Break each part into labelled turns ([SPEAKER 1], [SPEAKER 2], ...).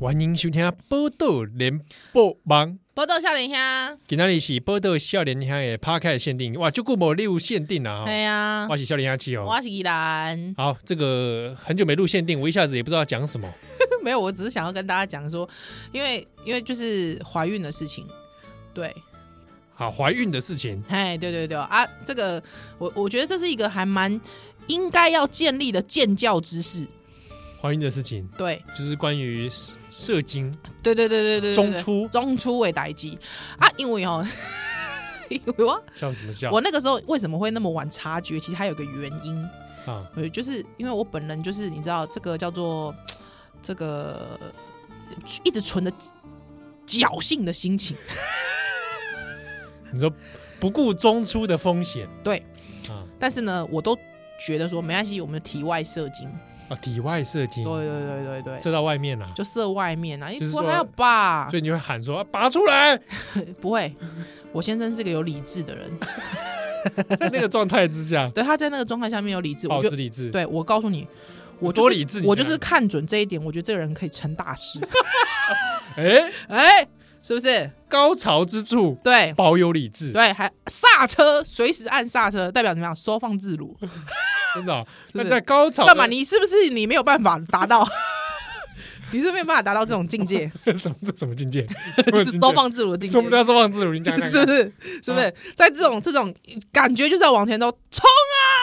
[SPEAKER 1] 欢迎收听《报道联播网》，
[SPEAKER 2] 报道少年兄，
[SPEAKER 1] 今天是《报道少年乡》的 p a r k 限定，哇，就过某六限定啊、
[SPEAKER 2] 哎呀
[SPEAKER 1] 哦！，我是少年乡七哦。
[SPEAKER 2] 我是依兰，
[SPEAKER 1] 好，这个很久没录限定，我一下子也不知道讲什么。
[SPEAKER 2] 没有，我只是想要跟大家讲说，因为因为就是怀孕的事情，对，
[SPEAKER 1] 好，怀孕的事情，
[SPEAKER 2] 哎，对对对啊，这个我我觉得这是一个还蛮应该要建立的建教知识，
[SPEAKER 1] 怀孕的事情
[SPEAKER 2] 对
[SPEAKER 1] 就是关于射射精
[SPEAKER 2] 对对对对对对
[SPEAKER 1] 中
[SPEAKER 2] 对
[SPEAKER 1] 出，
[SPEAKER 2] 中出为代机啊，因为哦， 因为我
[SPEAKER 1] 笑什么笑
[SPEAKER 2] 我那个时候为什么会那么晚察觉，其实还有个原因，
[SPEAKER 1] 啊？
[SPEAKER 2] 呃，就是因为我本人就是你知道这个叫做这个一直存着侥幸的心情，
[SPEAKER 1] 你说不顾中出的风险
[SPEAKER 2] 对，
[SPEAKER 1] 啊
[SPEAKER 2] 但是呢，我都觉得说没关系，我们体外射精，
[SPEAKER 1] 啊，体外射精
[SPEAKER 2] 对，对对对对，
[SPEAKER 1] 射到外面啦、
[SPEAKER 2] 就射外面啊，
[SPEAKER 1] 就是
[SPEAKER 2] 不
[SPEAKER 1] 说
[SPEAKER 2] 还有吧
[SPEAKER 1] 所，以你会喊说、啊拔出来，
[SPEAKER 2] 不会，我先生是个有理智的人，
[SPEAKER 1] 在那个状态之 下
[SPEAKER 2] 对，他在那个状态下面有理智，
[SPEAKER 1] 保
[SPEAKER 2] 我
[SPEAKER 1] 持
[SPEAKER 2] 就
[SPEAKER 1] 理智。
[SPEAKER 2] 对我告诉你。我
[SPEAKER 1] 哦
[SPEAKER 2] 就
[SPEAKER 1] 多
[SPEAKER 2] 是
[SPEAKER 1] 理智你
[SPEAKER 2] 我
[SPEAKER 1] 这
[SPEAKER 2] 就
[SPEAKER 1] 样
[SPEAKER 2] 是看准这一点，我觉得这个人可以成大事，
[SPEAKER 1] 哎、
[SPEAKER 2] 哎、是不是？
[SPEAKER 1] 高潮之处
[SPEAKER 2] 对，
[SPEAKER 1] 保有理智，
[SPEAKER 2] 对，啊还刹车，随时按刹车，代表怎么样？收放自 如。
[SPEAKER 1] 真的哦、
[SPEAKER 2] 不
[SPEAKER 1] 那
[SPEAKER 2] 是
[SPEAKER 1] 在高潮
[SPEAKER 2] 干嘛？
[SPEAKER 1] 的
[SPEAKER 2] 你是不是你没有办法达到？你是没有办法达到这种境界，
[SPEAKER 1] 什么这什么境界？
[SPEAKER 2] 就
[SPEAKER 1] 什
[SPEAKER 2] 是
[SPEAKER 1] 么
[SPEAKER 2] 收放自如的境
[SPEAKER 1] 什么
[SPEAKER 2] 界，
[SPEAKER 1] 叫啊收放自如？你讲讲
[SPEAKER 2] 是
[SPEAKER 1] 看
[SPEAKER 2] 不是？是不
[SPEAKER 1] 嗯
[SPEAKER 2] 是？在这种这种感觉就是要往前走，冲
[SPEAKER 1] 的
[SPEAKER 2] 啊！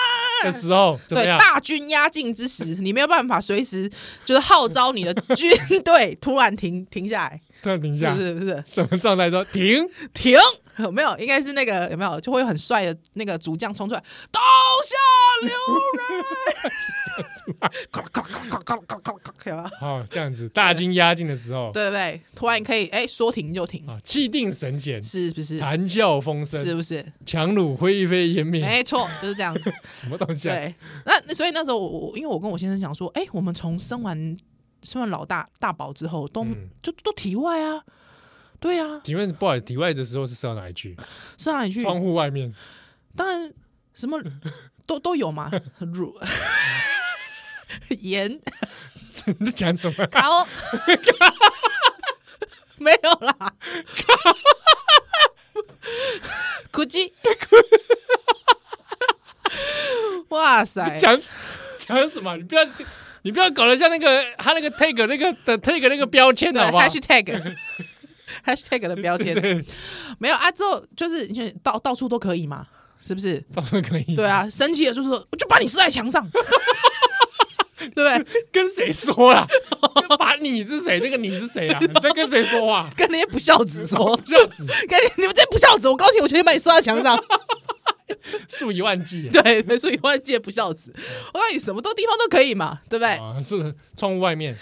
[SPEAKER 1] 时候怎么
[SPEAKER 2] 对，
[SPEAKER 1] 样？
[SPEAKER 2] 大军压境 之时，你没有办法随时就是号召你的军队突然停停下来，
[SPEAKER 1] 突然停一
[SPEAKER 2] 是
[SPEAKER 1] 下
[SPEAKER 2] 不，是？是不是？
[SPEAKER 1] 什么状态说停？
[SPEAKER 2] 停，有没有？应该是那个有没有？就会有很帅的那个主将冲出来，刀下 留 人，咔啦咔啦咔啦咔啦咔啦咔啦咔啦，有没有
[SPEAKER 1] 哦，这样子，大军压境的时候，
[SPEAKER 2] 对不对？突然可以哎，说停就停，
[SPEAKER 1] 啊，气定神闲，
[SPEAKER 2] 是不是？
[SPEAKER 1] 谈笑风
[SPEAKER 2] 是
[SPEAKER 1] 生，
[SPEAKER 2] 不是？
[SPEAKER 1] 强弩灰飞烟灭，
[SPEAKER 2] 没错，就是 这样子。
[SPEAKER 1] 什么东西啊？
[SPEAKER 2] 对，那那所以那时候我我因为我跟我先生讲说，哎，我们从生完生完老大大宝之后，都
[SPEAKER 1] 嗯
[SPEAKER 2] 就都体外啊，对啊，
[SPEAKER 1] 请问不好意思，体外的时候是射到哪里去？
[SPEAKER 2] 上海去
[SPEAKER 1] 窗户外面
[SPEAKER 2] 当然什么 都都有嘛，乳 盐
[SPEAKER 1] 你在讲什么？
[SPEAKER 2] 好， 没有啦，估计，哇塞，
[SPEAKER 1] 讲讲什么？你不要你不要搞得像那个他那个 tag 那个的 tag 那个标签
[SPEAKER 2] 对
[SPEAKER 1] 好不好？
[SPEAKER 2] ，hashtag。hashtag 的标签
[SPEAKER 1] 对
[SPEAKER 2] 没有啊，之后就是就是到到处都可以嘛，是不是？
[SPEAKER 1] 到时候可以。
[SPEAKER 2] 对啊，生气了就是说，我就把你撕在墙上， 对不对？
[SPEAKER 1] 跟谁说啦？把你是谁？那个你是 谁啊？你在跟谁说话？
[SPEAKER 2] 跟那些不孝子说，
[SPEAKER 1] 这样子
[SPEAKER 2] 跟你你们这些不孝子，我高兴，我全把你撕到墙上。
[SPEAKER 1] 数以万计 啊
[SPEAKER 2] 对，没错，万界不孝子。我告诉你，什么都地方都可以嘛，对不对？
[SPEAKER 1] 啊！是窗户外面，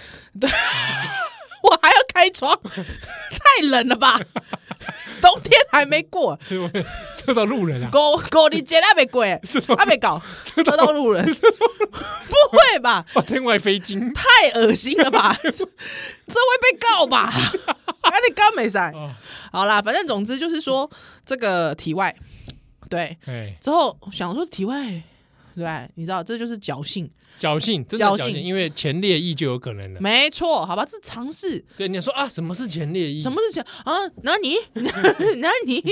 [SPEAKER 2] 我还要开窗， 太冷了吧？冬天还没过，
[SPEAKER 1] 对我射到路人啊！
[SPEAKER 2] 狗狗你节还没过，还没搞，
[SPEAKER 1] 射
[SPEAKER 2] 车
[SPEAKER 1] 到
[SPEAKER 2] 到路人，不会吧？
[SPEAKER 1] 把天外飞金
[SPEAKER 2] 太恶心了吧？这会被告吧？ 那你刚没塞。
[SPEAKER 1] 啊！
[SPEAKER 2] 好啦，反正总之就是说，这个体外，对，
[SPEAKER 1] 哎，
[SPEAKER 2] 之后想说体外，对，你知道，这就是侥幸，
[SPEAKER 1] 侥幸，真的侥
[SPEAKER 2] 侥
[SPEAKER 1] 幸，
[SPEAKER 2] 幸嗯
[SPEAKER 1] 因为前列翼就有可能了。
[SPEAKER 2] 没错，好吧，这是尝试。
[SPEAKER 1] 对，你说啊，什么是前列翼？
[SPEAKER 2] 什么是前啊？哪 里？哪里？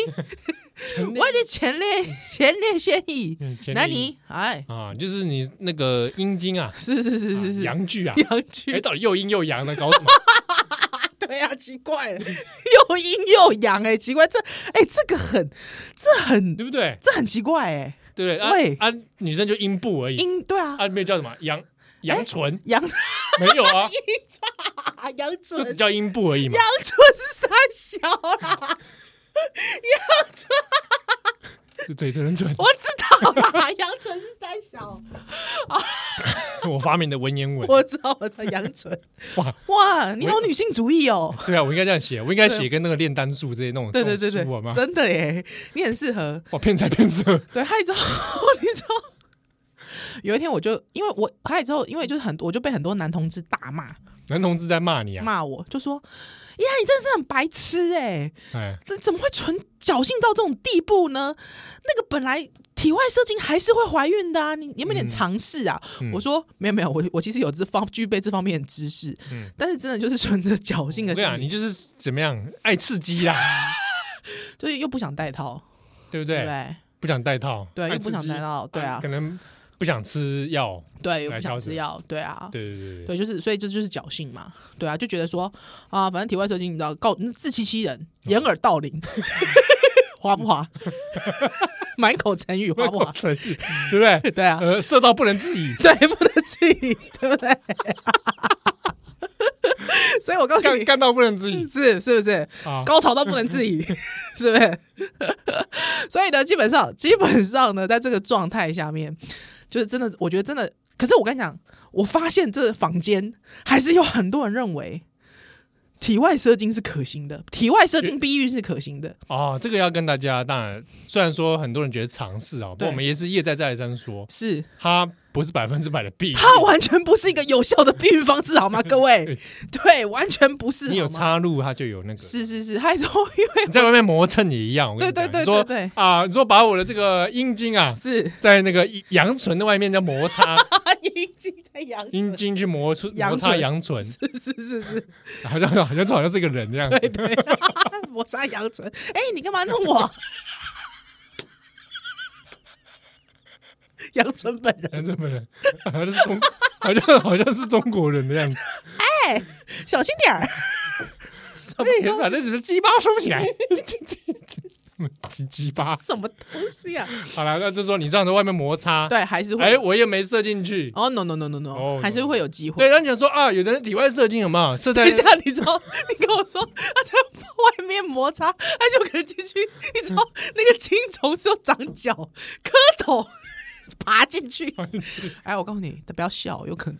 [SPEAKER 2] 我的前列前列腺液
[SPEAKER 1] 嗯前列
[SPEAKER 2] 哪里？哎，
[SPEAKER 1] 啊？就是你那个阴茎啊，
[SPEAKER 2] 是是是是是，
[SPEAKER 1] 阳具啊，
[SPEAKER 2] 阳
[SPEAKER 1] 哎，
[SPEAKER 2] 具，
[SPEAKER 1] 到底又阴又阳的搞什 么？
[SPEAKER 2] 对啊，奇怪了， 又阴又阳，哎，奇怪，这哎这个很，这很
[SPEAKER 1] 对不对？
[SPEAKER 2] 这很奇怪，哎，
[SPEAKER 1] 对不对？
[SPEAKER 2] 喂
[SPEAKER 1] 啊啊，女生就阴部而已，
[SPEAKER 2] 阴哎对啊，
[SPEAKER 1] 啊，没有叫什么阳阳唇，
[SPEAKER 2] 阳
[SPEAKER 1] 没有啊，
[SPEAKER 2] 啊阳唇，
[SPEAKER 1] 就
[SPEAKER 2] 阳
[SPEAKER 1] 只叫阴部而已嘛。
[SPEAKER 2] 唇是三小 啦，
[SPEAKER 1] 就嘴唇唇，
[SPEAKER 2] 我知道 啦，阳唇是三小，
[SPEAKER 1] 我发明的文言文。
[SPEAKER 2] 我知道我的阳唇，
[SPEAKER 1] 哇，
[SPEAKER 2] 哇，你好女性主义哦。
[SPEAKER 1] 对啊，我应该这样写，我应该写跟那个炼丹术这些那种
[SPEAKER 2] 对对对
[SPEAKER 1] 那种书好吗
[SPEAKER 2] 对，？真的耶，你很适合。
[SPEAKER 1] 哇，骗财骗色，
[SPEAKER 2] 对，害之后你知道，有一天我就因为我害之后，因为就是很我就被很多男同志大骂
[SPEAKER 1] 男同志在骂你啊！
[SPEAKER 2] 骂我，就说呀，你真的是很白痴哎、
[SPEAKER 1] 哎，
[SPEAKER 2] 这怎么会存侥幸到这种地步呢？那个本来体体外射精还是会怀孕的啊，你你有没有点尝试啊？
[SPEAKER 1] 嗯
[SPEAKER 2] 我说没有没有，我我其实有这方具备这方面的知识，
[SPEAKER 1] 嗯
[SPEAKER 2] 但是真的就是纯着侥幸的
[SPEAKER 1] 我跟你
[SPEAKER 2] 心
[SPEAKER 1] 讲，
[SPEAKER 2] 理，
[SPEAKER 1] 你就是怎么样爱刺激啦，
[SPEAKER 2] 所以又不想戴套，
[SPEAKER 1] 对不
[SPEAKER 2] 对
[SPEAKER 1] 对？
[SPEAKER 2] 不对？
[SPEAKER 1] 不想戴套，
[SPEAKER 2] 对，
[SPEAKER 1] 爱
[SPEAKER 2] 又
[SPEAKER 1] 刺
[SPEAKER 2] 不
[SPEAKER 1] 激
[SPEAKER 2] 想戴，套，对啊
[SPEAKER 1] 可，能不想吃药，
[SPEAKER 2] 对，又不
[SPEAKER 1] 来
[SPEAKER 2] 想
[SPEAKER 1] 调
[SPEAKER 2] 吃
[SPEAKER 1] 整
[SPEAKER 2] 药，对啊，
[SPEAKER 1] 对对对对，
[SPEAKER 2] 对，就是所以这就是侥幸嘛，对啊，就觉得说啊，反正体外射精你知道告自欺欺人，掩耳盗铃， 花不花？ 满口成语花不花？
[SPEAKER 1] 成语，对不对？
[SPEAKER 2] 对啊，，
[SPEAKER 1] 呃，射到不能自已
[SPEAKER 2] 对，不能自己，对不对？ 所以我告诉
[SPEAKER 1] 干
[SPEAKER 2] 你，
[SPEAKER 1] 干到不能自 已
[SPEAKER 2] 是是不是
[SPEAKER 1] 啊！
[SPEAKER 2] 高潮到不能自 已，是不是？ 所以呢，基本上基本上呢，在这个状态下面，就是真的，我觉得真的，可是我跟你讲，我发现这房间还是有很多人认为。体外射精是可行的，体外射精避孕是可行的，
[SPEAKER 1] 哦，这个要跟大家，当然，虽然说很多人觉得尝试啊，不过
[SPEAKER 2] 对
[SPEAKER 1] 我们也是一而再再而三说，
[SPEAKER 2] 是
[SPEAKER 1] 它不是百分之百的避孕，
[SPEAKER 2] 它完全不是一个有效的避孕方式，好吗？各位，对，完全不是。
[SPEAKER 1] 你有
[SPEAKER 2] 好吗？
[SPEAKER 1] 插入它就有那个。
[SPEAKER 2] 是是是，还是因为
[SPEAKER 1] 你在外面磨蹭也一样，我跟你
[SPEAKER 2] 对
[SPEAKER 1] 讲，
[SPEAKER 2] 对
[SPEAKER 1] 你
[SPEAKER 2] 对
[SPEAKER 1] 说
[SPEAKER 2] 对对
[SPEAKER 1] 啊，你说把我的这个阴茎啊，
[SPEAKER 2] 是
[SPEAKER 1] 在那个阳唇的外面在摩擦，
[SPEAKER 2] 阴茎在阳
[SPEAKER 1] 阴茎去磨出
[SPEAKER 2] 阳
[SPEAKER 1] 摩擦
[SPEAKER 2] 唇
[SPEAKER 1] 阳唇，
[SPEAKER 2] 是是是，
[SPEAKER 1] 好像好像好像是一个人这样子。
[SPEAKER 2] 磨砂阳唇。哎、你干嘛弄我？ 阳春本人，
[SPEAKER 1] 像日本人，好像是中，好像好像是中国人的样子。
[SPEAKER 2] 小心点儿。什么
[SPEAKER 1] 哎，反正只是鸡巴收起来，鸡鸡巴。
[SPEAKER 2] 什么东西啊？
[SPEAKER 1] 好了，那就说你这样在外面摩擦，
[SPEAKER 2] 对，还是会。
[SPEAKER 1] 哎，我又没射进去。
[SPEAKER 2] 哦、no no no no no，、
[SPEAKER 1] 哦
[SPEAKER 2] 还是会有机会。
[SPEAKER 1] 对，然后你想说啊，有的人体外射精有没有射在
[SPEAKER 2] 等一？下，你知道，你跟我说他在外面摩擦，他就可能进去。你知道那个青虫是有长脚、蝌 蚪爬进去。哎，我告诉你，不要笑，有可 能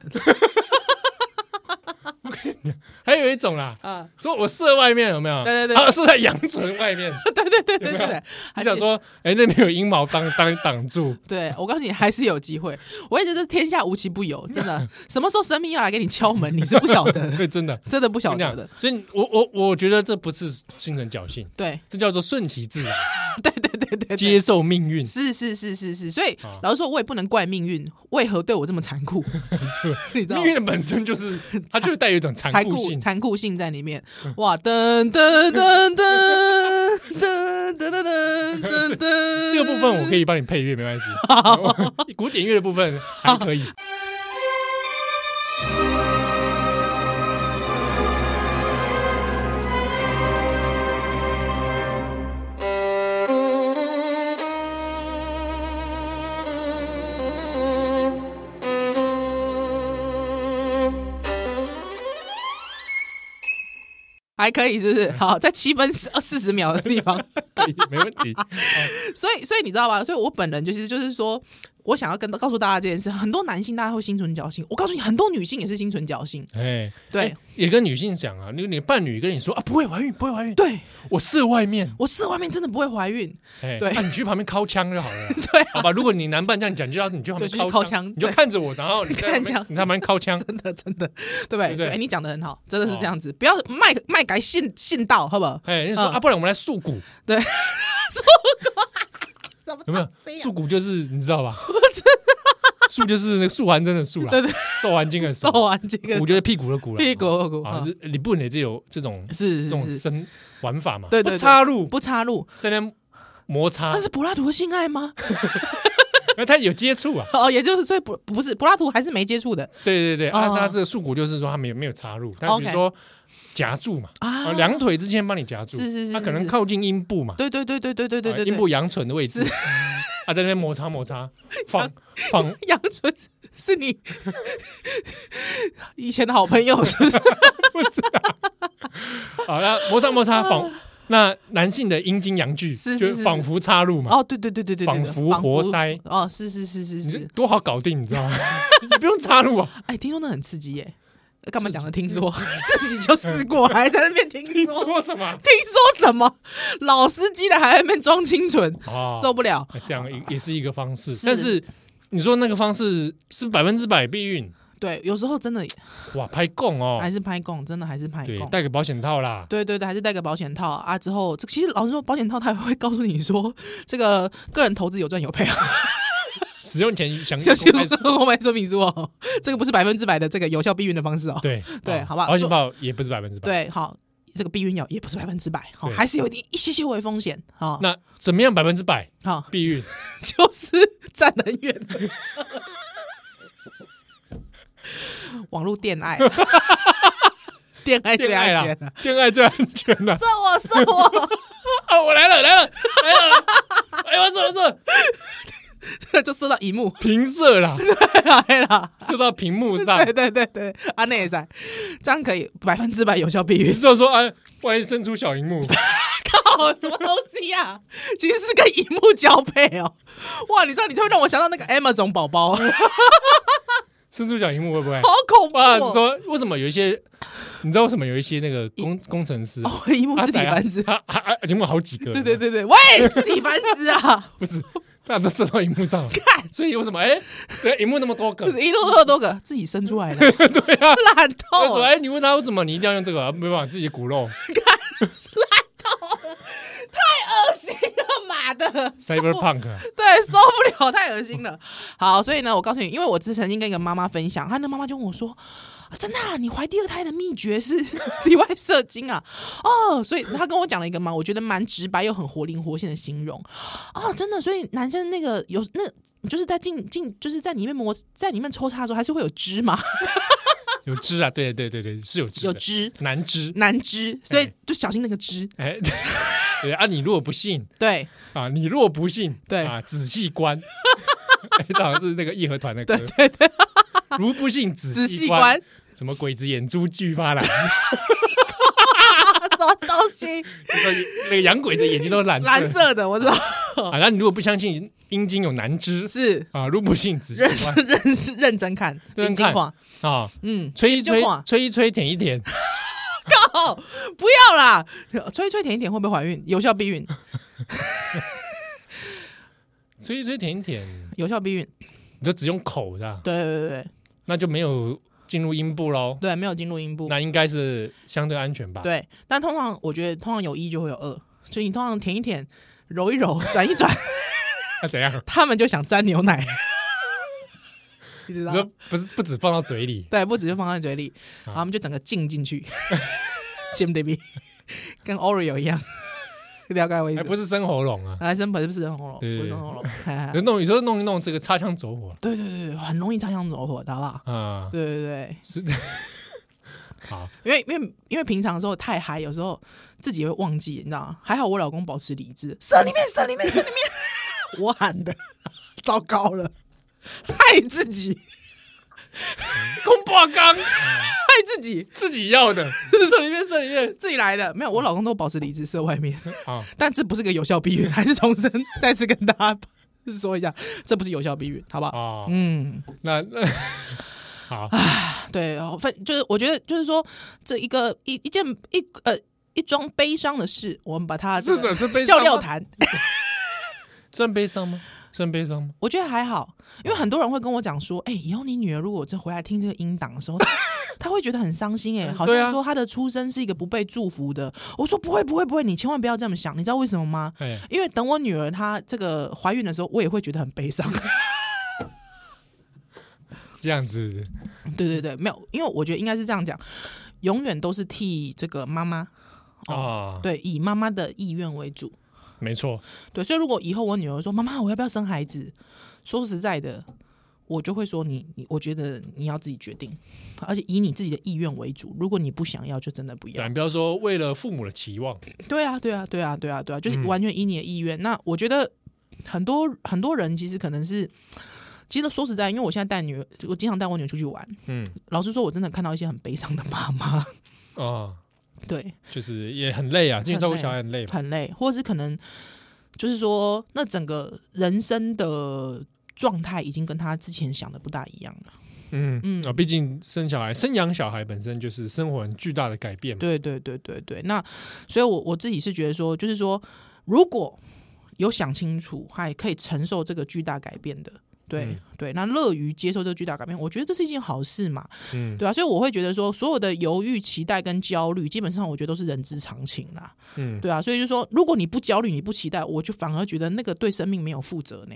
[SPEAKER 1] 还有一种啦，
[SPEAKER 2] 啊。
[SPEAKER 1] 说我射外面有没有？
[SPEAKER 2] 对对对
[SPEAKER 1] 啊，射在阳唇外面。
[SPEAKER 2] 对对对对对对，
[SPEAKER 1] 你
[SPEAKER 2] 还
[SPEAKER 1] 想
[SPEAKER 2] 是
[SPEAKER 1] 说，哎，那边有阴毛当 当挡住，
[SPEAKER 2] 对我告诉你，还是有机会。我也觉得天下无奇不有，真的。什么时候神明要来给你敲门，你是不晓得的，
[SPEAKER 1] 对，真的。
[SPEAKER 2] 真的不晓
[SPEAKER 1] 跟你
[SPEAKER 2] 得
[SPEAKER 1] 讲
[SPEAKER 2] 的。，
[SPEAKER 1] 所以我我我觉得这不是心存侥幸，
[SPEAKER 2] 对
[SPEAKER 1] 这叫做顺其自然，
[SPEAKER 2] 对对对 对对，
[SPEAKER 1] 接受命运。
[SPEAKER 2] 是是是是是。所以
[SPEAKER 1] 啊
[SPEAKER 2] 老实说，我也不能怪命运为何对我这么 残酷，你知道
[SPEAKER 1] 命
[SPEAKER 2] 吗？
[SPEAKER 1] 运的本身 就是，它就带有一种残
[SPEAKER 2] 残
[SPEAKER 1] 酷
[SPEAKER 2] 酷
[SPEAKER 1] 性。嗯
[SPEAKER 2] 残酷性在里面，哇！噔噔噔噔噔噔噔噔噔噔，
[SPEAKER 1] 这个部分我可以帮你配乐，没关 系。古典乐的部分还可以。
[SPEAKER 2] 还可以，是不是？好，在七分四呃四十秒的地方，
[SPEAKER 1] 可以没问题，
[SPEAKER 2] 所以，所以你知道吧？所以我本人就是就是说，我想要跟告诉大家这件事，很多男性大家会心存侥幸，我告诉你，很多女性也是心存侥幸。
[SPEAKER 1] 哎，
[SPEAKER 2] 对、
[SPEAKER 1] 哎也跟女性讲啊，你你伴侣跟你说啊，不会怀孕，不会怀孕，
[SPEAKER 2] 对，
[SPEAKER 1] 我射外面，
[SPEAKER 2] 我试外面真的不会怀孕，
[SPEAKER 1] 哎，
[SPEAKER 2] 对
[SPEAKER 1] 那你去旁边敲枪就好了啦，
[SPEAKER 2] 对啊，
[SPEAKER 1] 好吧？如果你男伴这样讲，就要你去旁
[SPEAKER 2] 对就
[SPEAKER 1] 边
[SPEAKER 2] 去敲
[SPEAKER 1] 枪
[SPEAKER 2] 枪，
[SPEAKER 1] 你就
[SPEAKER 2] 对
[SPEAKER 1] 看着我，然后你在
[SPEAKER 2] 看
[SPEAKER 1] 旁边
[SPEAKER 2] 枪
[SPEAKER 1] 你在旁边敲枪，
[SPEAKER 2] 真的真的，对不对？
[SPEAKER 1] 对
[SPEAKER 2] 哎
[SPEAKER 1] 对、
[SPEAKER 2] 你讲的很好，真的是这样子，不要卖卖改信信道，好不好？
[SPEAKER 1] 哎，你说
[SPEAKER 2] 嗯
[SPEAKER 1] 啊，不然我们来诉苦，
[SPEAKER 2] 对，啊
[SPEAKER 1] 诉苦，有没有？诉苦就是你知道 吧？诉就是那个素还真的素啦，
[SPEAKER 2] 对对，
[SPEAKER 1] 受完经的受
[SPEAKER 2] 说，完哦啊这个
[SPEAKER 1] 我觉得屁股的股啦，
[SPEAKER 2] 屁股股
[SPEAKER 1] 啊
[SPEAKER 2] 啊，
[SPEAKER 1] 这你不能这有这种
[SPEAKER 2] 是
[SPEAKER 1] 这
[SPEAKER 2] 是
[SPEAKER 1] 种
[SPEAKER 2] 是
[SPEAKER 1] 生玩法嘛？
[SPEAKER 2] 对对
[SPEAKER 1] 不
[SPEAKER 2] 对
[SPEAKER 1] 插入，
[SPEAKER 2] 不插入，
[SPEAKER 1] 在那边摩擦
[SPEAKER 2] 那， 是柏拉图的性爱吗？
[SPEAKER 1] 那他有接触啊？
[SPEAKER 2] 哦，也就是所以不不是柏拉图还是没接触的
[SPEAKER 1] 对对对，啊，
[SPEAKER 2] 哦
[SPEAKER 1] 他这个束骨就是说他没有没有插入，但
[SPEAKER 2] OK
[SPEAKER 1] 比如说夹住嘛，
[SPEAKER 2] 啊
[SPEAKER 1] 啊，两腿之间帮你夹住，
[SPEAKER 2] 是是是
[SPEAKER 1] 他可
[SPEAKER 2] 是
[SPEAKER 1] 能
[SPEAKER 2] 是
[SPEAKER 1] 靠近阴部嘛，
[SPEAKER 2] 对对对对对对对
[SPEAKER 1] 啊
[SPEAKER 2] 对
[SPEAKER 1] 阴
[SPEAKER 2] 对，
[SPEAKER 1] 部阳唇的位置， 啊，在那边摩擦摩擦，放放
[SPEAKER 2] 杨纯是你 以前的好朋友，是不是？
[SPEAKER 1] 好，啊那摩擦摩擦仿那男性的阴茎阳具，
[SPEAKER 2] 啊是是
[SPEAKER 1] 就是仿佛插入嘛，
[SPEAKER 2] 哦，对对对对对，对
[SPEAKER 1] 仿佛活塞，
[SPEAKER 2] 哦，是是是是
[SPEAKER 1] 你这
[SPEAKER 2] 是，
[SPEAKER 1] 多好搞定，你知道吗？ 你不用插入啊，
[SPEAKER 2] 哎，听说那很刺激耶，干嘛讲的？听说 自己就 试过，还在那边听
[SPEAKER 1] 嗯你
[SPEAKER 2] 说，
[SPEAKER 1] 说什么啊
[SPEAKER 2] 听说什么？老司机了，还在那边装清纯，
[SPEAKER 1] 啊？
[SPEAKER 2] 受不了。
[SPEAKER 1] 这样也也是一个方式，
[SPEAKER 2] 是
[SPEAKER 1] 但是你说那个方式是百分之百避孕，
[SPEAKER 2] 对，有时候真的
[SPEAKER 1] 哇，拍供哦，
[SPEAKER 2] 还是拍供，真的还是拍
[SPEAKER 1] 对，
[SPEAKER 2] 供。
[SPEAKER 1] 戴个保险套啦，
[SPEAKER 2] 对对对，还是戴个保险套啊。之后，这其实老实说，保险套它也会告诉你说，这个个人投资有赚有赔啊，
[SPEAKER 1] 使用前详
[SPEAKER 2] 详细
[SPEAKER 1] 嗯公开
[SPEAKER 2] 购购买说明书哦。这个不是百分之百的这个有效避孕的方式哦。
[SPEAKER 1] 对
[SPEAKER 2] 对
[SPEAKER 1] 哦
[SPEAKER 2] 好不好
[SPEAKER 1] 保险报也不是百分之百。
[SPEAKER 2] 对，好，这个避孕药也不是百分之百，好，
[SPEAKER 1] 对
[SPEAKER 2] 还是有一点一些些微风险好，
[SPEAKER 1] 那怎么样百分之百
[SPEAKER 2] 好，
[SPEAKER 1] 避孕？
[SPEAKER 2] 就是站很远的网络恋爱啊，恋爱最
[SPEAKER 1] 恋爱啊
[SPEAKER 2] 安
[SPEAKER 1] 啦
[SPEAKER 2] 全了。，
[SPEAKER 1] 恋爱最安全啦。
[SPEAKER 2] 送我，送 我，
[SPEAKER 1] 啊，我来了，来了，来了来了！哎，我射了射，
[SPEAKER 2] 就射到荧幕
[SPEAKER 1] 平射啦，
[SPEAKER 2] 来了。
[SPEAKER 1] 射到屏幕上。
[SPEAKER 2] 对对对对，啊，那也在，这样可以百分之百有效避
[SPEAKER 1] 你
[SPEAKER 2] 孕。
[SPEAKER 1] 只有说，哎，万一伸出小荧幕，
[SPEAKER 2] 靠，什么东西呀、啊？其实是跟荧幕交配哦。哇，你知道，你就会让我想到那个 Amazon 宝宝，好
[SPEAKER 1] 伸出小荧幕会不会？
[SPEAKER 2] 恐怖、
[SPEAKER 1] 哇，
[SPEAKER 2] 哦。
[SPEAKER 1] 你说为什么有一些？你知道为什么有一些那个工工程师？
[SPEAKER 2] 哦，荧幕
[SPEAKER 1] 阿
[SPEAKER 2] 自体
[SPEAKER 1] 仔啊
[SPEAKER 2] 繁殖，，
[SPEAKER 1] 啊啊啊！荧幕好几个，
[SPEAKER 2] 对对，对对，喂，自体繁殖 啊，
[SPEAKER 1] 不是，大家都射到荧幕上了，
[SPEAKER 2] 看，
[SPEAKER 1] 所以为什么？哎，这荧幕那么多个
[SPEAKER 2] 不，是一多多多个自己生出 来的，对啊， 烂
[SPEAKER 1] 为
[SPEAKER 2] 透
[SPEAKER 1] 什么？
[SPEAKER 2] 了，
[SPEAKER 1] 哎，你问他为什么你一定要用这个啊？没办法，自己骨 肉
[SPEAKER 2] 恶心啊，妈的，
[SPEAKER 1] ，cyberpunk 啊。
[SPEAKER 2] 对，受不了，太恶心了。好，所以呢，我告诉你，因为我之前曾经跟一个妈妈分享，她那妈妈就问我说。啊真的、啊，你怀第二胎的秘诀 是体外射精啊？哦，所以她跟我讲了一个嘛，我觉得蛮直白又很活灵活现的形容啊、真的。所以男生那个有那，就是在进进，就是在里面磨，在里面抽插的时候，还是会有汁嘛，
[SPEAKER 1] 有汁啊，对对对对，是有汁，
[SPEAKER 2] 有，汁，嗯
[SPEAKER 1] 难汁。
[SPEAKER 2] 男汁，所以就小心那个汁。
[SPEAKER 1] 哎， 对啊，你若不信
[SPEAKER 2] 对
[SPEAKER 1] 啊，你若不信，
[SPEAKER 2] 对
[SPEAKER 1] 啊，仔细 观，哎这好像是那个义和团的歌，对对，如不信仔
[SPEAKER 2] 仔细
[SPEAKER 1] 观
[SPEAKER 2] 观，啊
[SPEAKER 1] 什么鬼子眼珠俱发蓝，
[SPEAKER 2] 什么东西？
[SPEAKER 1] 那个那个洋鬼子眼睛都是蓝
[SPEAKER 2] 蓝
[SPEAKER 1] 色
[SPEAKER 2] 色的，我知道
[SPEAKER 1] 啊，那你如果不相信阴茎有难汁
[SPEAKER 2] 是
[SPEAKER 1] 啊，如不信仔
[SPEAKER 2] 认
[SPEAKER 1] 细观
[SPEAKER 2] 识认识认真看，
[SPEAKER 1] 认真看
[SPEAKER 2] 眼睛晃
[SPEAKER 1] 啊，
[SPEAKER 2] 嗯，
[SPEAKER 1] 吹一吹
[SPEAKER 2] 就看，
[SPEAKER 1] 吹一吹，舔一舔，
[SPEAKER 2] 靠，哦不要啦，吹一吹舔一舔会不会怀孕？有效避孕，
[SPEAKER 1] 吹一吹，舔一舔，
[SPEAKER 2] 有效避孕，
[SPEAKER 1] 你就只用口的，
[SPEAKER 2] 对对对对
[SPEAKER 1] 那就没有进入阴部喽，
[SPEAKER 2] 对，没有进入阴部，
[SPEAKER 1] 那应该是相对安全吧？
[SPEAKER 2] 对，但通常我觉得通常有一就会有二，所以你通常舔一舔，揉一揉，转一转，
[SPEAKER 1] 那怎样？
[SPEAKER 2] 他们就想沾牛奶， 你知
[SPEAKER 1] 你
[SPEAKER 2] 道
[SPEAKER 1] 说
[SPEAKER 2] 吗？
[SPEAKER 1] 不是不止放到嘴里，
[SPEAKER 2] 对，不只是放在嘴里，
[SPEAKER 1] 啊
[SPEAKER 2] 然后我们就整个浸进去，Jim baby，跟 Oreo 一样，了解我意
[SPEAKER 1] 还
[SPEAKER 2] 思？
[SPEAKER 1] 不是生喉咙啊？
[SPEAKER 2] 来生本是不是生喉咙，不
[SPEAKER 1] 对
[SPEAKER 2] 是生喉咙，嘿嘿
[SPEAKER 1] 就弄你说弄一弄这个擦枪走火
[SPEAKER 2] 对对对，对很容易擦枪走火的，好不好？
[SPEAKER 1] 啊，
[SPEAKER 2] 对对对，
[SPEAKER 1] 是 好
[SPEAKER 2] 因为因为因为平常的时候太嗨，有时候自己也会忘记，你知道吗？还好我老公保持理智，射里面，射里面，射里面，我喊的，糟糕了，害自己，
[SPEAKER 1] 空挂缸
[SPEAKER 2] 害自己，
[SPEAKER 1] 自己要的
[SPEAKER 2] 射里面，射里面，自己来的，没有，我老公都保持理智，射外面，
[SPEAKER 1] 啊，
[SPEAKER 2] 但这不是个有效避孕，还是重申，再次跟大家说一下，这不是有效避孕，好不好？
[SPEAKER 1] 哦，
[SPEAKER 2] 嗯。
[SPEAKER 1] 那 那好
[SPEAKER 2] 对，然后反就是我觉得就是说这一个一一件一呃一桩悲伤的事，我们把它
[SPEAKER 1] 是
[SPEAKER 2] 这个
[SPEAKER 1] 是是悲伤
[SPEAKER 2] 笑
[SPEAKER 1] 吗
[SPEAKER 2] 料谈，
[SPEAKER 1] 算悲伤吗？算悲伤吗？
[SPEAKER 2] 我觉得还好，因为很多人会跟我讲说，哎、以后你女儿如果这回来听这个音档的时候。她会觉得很伤心哎、好
[SPEAKER 1] 对
[SPEAKER 2] 像
[SPEAKER 1] 啊
[SPEAKER 2] 说她的出生是一个不被祝福的。我说不会不会不会，你千万不要这么想，你知道为什么吗？
[SPEAKER 1] 哎，
[SPEAKER 2] 因为等我女儿她这个怀孕的时候，我也会觉得很悲伤。
[SPEAKER 1] 这样子
[SPEAKER 2] 对对对，没有，因为我觉得应该是这样讲，永远都是替这个妈妈，
[SPEAKER 1] 啊，
[SPEAKER 2] 对，以妈妈的意愿为主。
[SPEAKER 1] 没错，
[SPEAKER 2] 对，所以如果以后我女儿说：“妈妈，我要不要生孩子？”说实在的，我就会说你你，我觉得你要自己决定，而且以你自己的意愿为主。如果你不想要，就真的不
[SPEAKER 1] 对，
[SPEAKER 2] 要。
[SPEAKER 1] 你不要说为了父母的期望，
[SPEAKER 2] 对啊，对啊，对啊，对啊，对啊，就是完全以你的意愿。那我觉得很多很多人其实可能是。其实说实在，因为我现在带女儿，我经常带我女儿出去玩。
[SPEAKER 1] 嗯
[SPEAKER 2] 老实说，我真的看到一些很悲伤的妈妈，
[SPEAKER 1] 啊，
[SPEAKER 2] 对，
[SPEAKER 1] 就是也很累啊，因为照顾小孩很累嘛，
[SPEAKER 2] 很累，或者是可能就是说，那整个人生的状态已经跟他之前想的不大一样了。
[SPEAKER 1] 嗯嗯
[SPEAKER 2] 嗯
[SPEAKER 1] 啊，毕竟生小孩、生养小孩本身就是生活很巨大的改变嘛，
[SPEAKER 2] 对对对对对，那所以我，我自己是觉得说，就是说，如果有想清楚，还可以承受这个巨大改变的，对、
[SPEAKER 1] 嗯
[SPEAKER 2] 对，那乐于接受这个巨大改变，我觉得这是一件好事嘛，
[SPEAKER 1] 嗯
[SPEAKER 2] 对啊，所以我会觉得说，所有的犹豫、期待跟焦虑，基本上我觉得都是人之常情啦，
[SPEAKER 1] 嗯，
[SPEAKER 2] 对啊，所以就说，如果你不焦虑、你不期待，我就反而觉得那个对生命没有负责呢，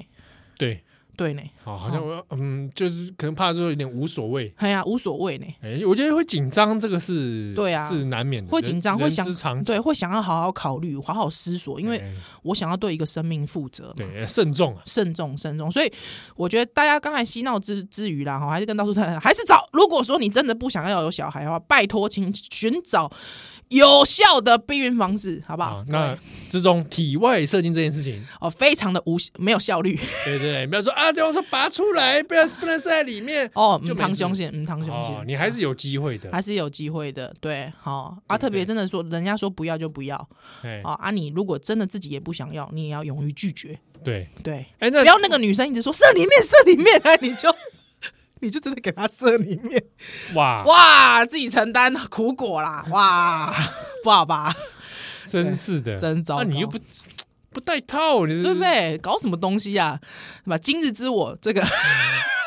[SPEAKER 1] 对，
[SPEAKER 2] 对呢，
[SPEAKER 1] 好，好像我嗯，就是可能怕说有点无所谓。
[SPEAKER 2] 哎呀，无所谓呢，
[SPEAKER 1] 哎，我觉得会紧张，这个是
[SPEAKER 2] 对啊
[SPEAKER 1] 是难免的，
[SPEAKER 2] 会紧张
[SPEAKER 1] 人
[SPEAKER 2] 会想
[SPEAKER 1] 人之常情，
[SPEAKER 2] 对，会想要好好考虑、好好思索，因为
[SPEAKER 1] 哎
[SPEAKER 2] 我想要对一个生命负责嘛。
[SPEAKER 1] 对慎重啊，
[SPEAKER 2] 慎重慎重。所以我觉得大家刚才嬉闹之之余啦，哈，还是跟到处探，还是找。如果说你真的不想要有小孩的话，拜托，请寻找有效的避孕方式，好不好？
[SPEAKER 1] 啊，那这种体外射精这件事情，
[SPEAKER 2] 哦，非常的无没有效率
[SPEAKER 1] 对对对，不要说啊，对我说拔出来，不要不能射在里面
[SPEAKER 2] 哦，
[SPEAKER 1] 就
[SPEAKER 2] 嗯，
[SPEAKER 1] 没事
[SPEAKER 2] 堂兄线，嗯，堂兄
[SPEAKER 1] 哦，
[SPEAKER 2] 线。
[SPEAKER 1] 你还是有机会的，
[SPEAKER 2] 还是有机会的，对，好啊，
[SPEAKER 1] 对
[SPEAKER 2] 特别真的说，人家说不要就不要
[SPEAKER 1] 哎，
[SPEAKER 2] 啊啊！你如果真的自己也不想要，你也要勇于拒绝，
[SPEAKER 1] 对，
[SPEAKER 2] 对，
[SPEAKER 1] 哎，那
[SPEAKER 2] 不要那个女生一直说射里面射里面，哎，你就 你就真的给她射里面，
[SPEAKER 1] 哇，
[SPEAKER 2] 哇，自己承担苦果啦，哇，不 好吧，
[SPEAKER 1] 真是的，
[SPEAKER 2] 真糟
[SPEAKER 1] 那
[SPEAKER 2] 糕，
[SPEAKER 1] 你又不不戴套，你是
[SPEAKER 2] 对不？对？搞什么东西啊？对吧？今日之我，这个，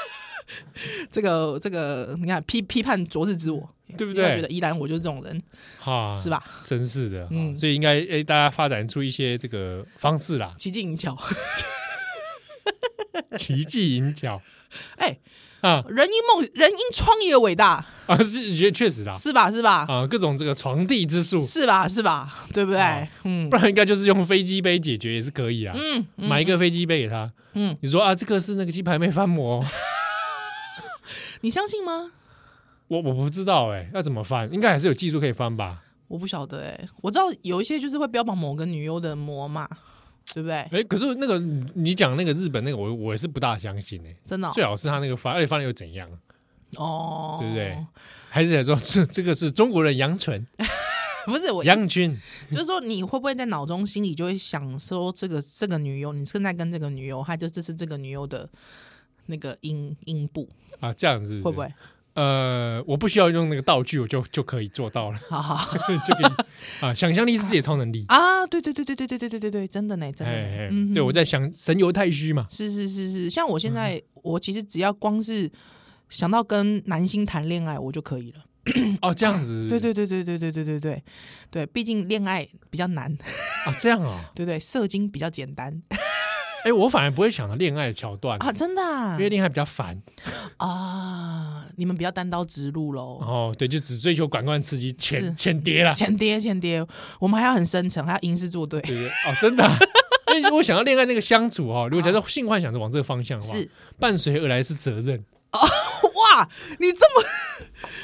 [SPEAKER 2] 这个，这个，你看批批判昨日之我，
[SPEAKER 1] 对不
[SPEAKER 2] 因为
[SPEAKER 1] 对
[SPEAKER 2] 觉得依然我就是这种人，
[SPEAKER 1] 哈，
[SPEAKER 2] 是？吧？
[SPEAKER 1] 真是的，嗯，
[SPEAKER 2] 嗯，
[SPEAKER 1] 所以应该哎，大家发展出一些这个方式啦
[SPEAKER 2] 奇技淫巧，
[SPEAKER 1] 奇技淫巧
[SPEAKER 2] 哎，
[SPEAKER 1] 啊
[SPEAKER 2] 人因梦，人因创业伟大，
[SPEAKER 1] 啊，是确确实啦，
[SPEAKER 2] 是吧？是吧？
[SPEAKER 1] 啊，各种这个床地之术，
[SPEAKER 2] 是吧？是吧？对不
[SPEAKER 1] 啊
[SPEAKER 2] 对？嗯
[SPEAKER 1] 不然应该就是用飞机杯解决也是可以啦，
[SPEAKER 2] 嗯嗯，
[SPEAKER 1] 买一个飞机杯给他，
[SPEAKER 2] 嗯，
[SPEAKER 1] 你说啊，这个是那个鸡排妹翻模，
[SPEAKER 2] 你相信吗？
[SPEAKER 1] 我我不知道哎，要怎么翻？应该还是有技术可以翻吧？
[SPEAKER 2] 我不晓得哎、我知道有一些就是会标榜某个女优的模嘛，对不对？
[SPEAKER 1] 哎，可是那个你讲那个日本那个，我我是不大相信哎，
[SPEAKER 2] 真的哦
[SPEAKER 1] 最好是他那个翻，而且翻了又怎样？
[SPEAKER 2] 哦，
[SPEAKER 1] 对不对？还是来说这这个是中国人杨纯
[SPEAKER 2] 不是我，
[SPEAKER 1] 杨军，
[SPEAKER 2] 就是说你会不会在脑中心里就会想说，这个这个女优，你正在跟这个女优，还就这是这个女优的那个阴阴部，
[SPEAKER 1] 啊，这样子
[SPEAKER 2] 会不？会？
[SPEAKER 1] 呃，我不需要用那个道具，我就就可以做到了，
[SPEAKER 2] 好好
[SPEAKER 1] 就可以啊，想象力是自己的超能力。
[SPEAKER 2] 啊，对对对对对对对对对对，真的呢，真的
[SPEAKER 1] 哎
[SPEAKER 2] 呢
[SPEAKER 1] 哎，，
[SPEAKER 2] 嗯，
[SPEAKER 1] 对我在嗯想神游太虚嘛，
[SPEAKER 2] 是是是是，像我现在，我其实只要光是想到跟男星谈恋爱，我就可以了。
[SPEAKER 1] 哦，这样子，
[SPEAKER 2] 嗯啊对对对对对对对对对对，毕竟恋爱比较难，
[SPEAKER 1] 啊，这样啊，
[SPEAKER 2] 对不对？射精比较简单
[SPEAKER 1] 哎，我反而不会想到恋爱的桥段
[SPEAKER 2] 啊，真的啊
[SPEAKER 1] 因为恋爱比较烦。
[SPEAKER 2] 啊，你们不要单刀直入喽。
[SPEAKER 1] 哦，对，就只追求感官刺激，
[SPEAKER 2] 是
[SPEAKER 1] 浅浅碟啦，
[SPEAKER 2] 前爹前爹，我们还要很深层，还要吟诗作对。
[SPEAKER 1] 对不对？哦，真 的啊。因为我想到恋爱那个相处哦，如果假设性幻想是往这个方向的话
[SPEAKER 2] 啊是，
[SPEAKER 1] 伴随而来是责任，
[SPEAKER 2] 哇，你这么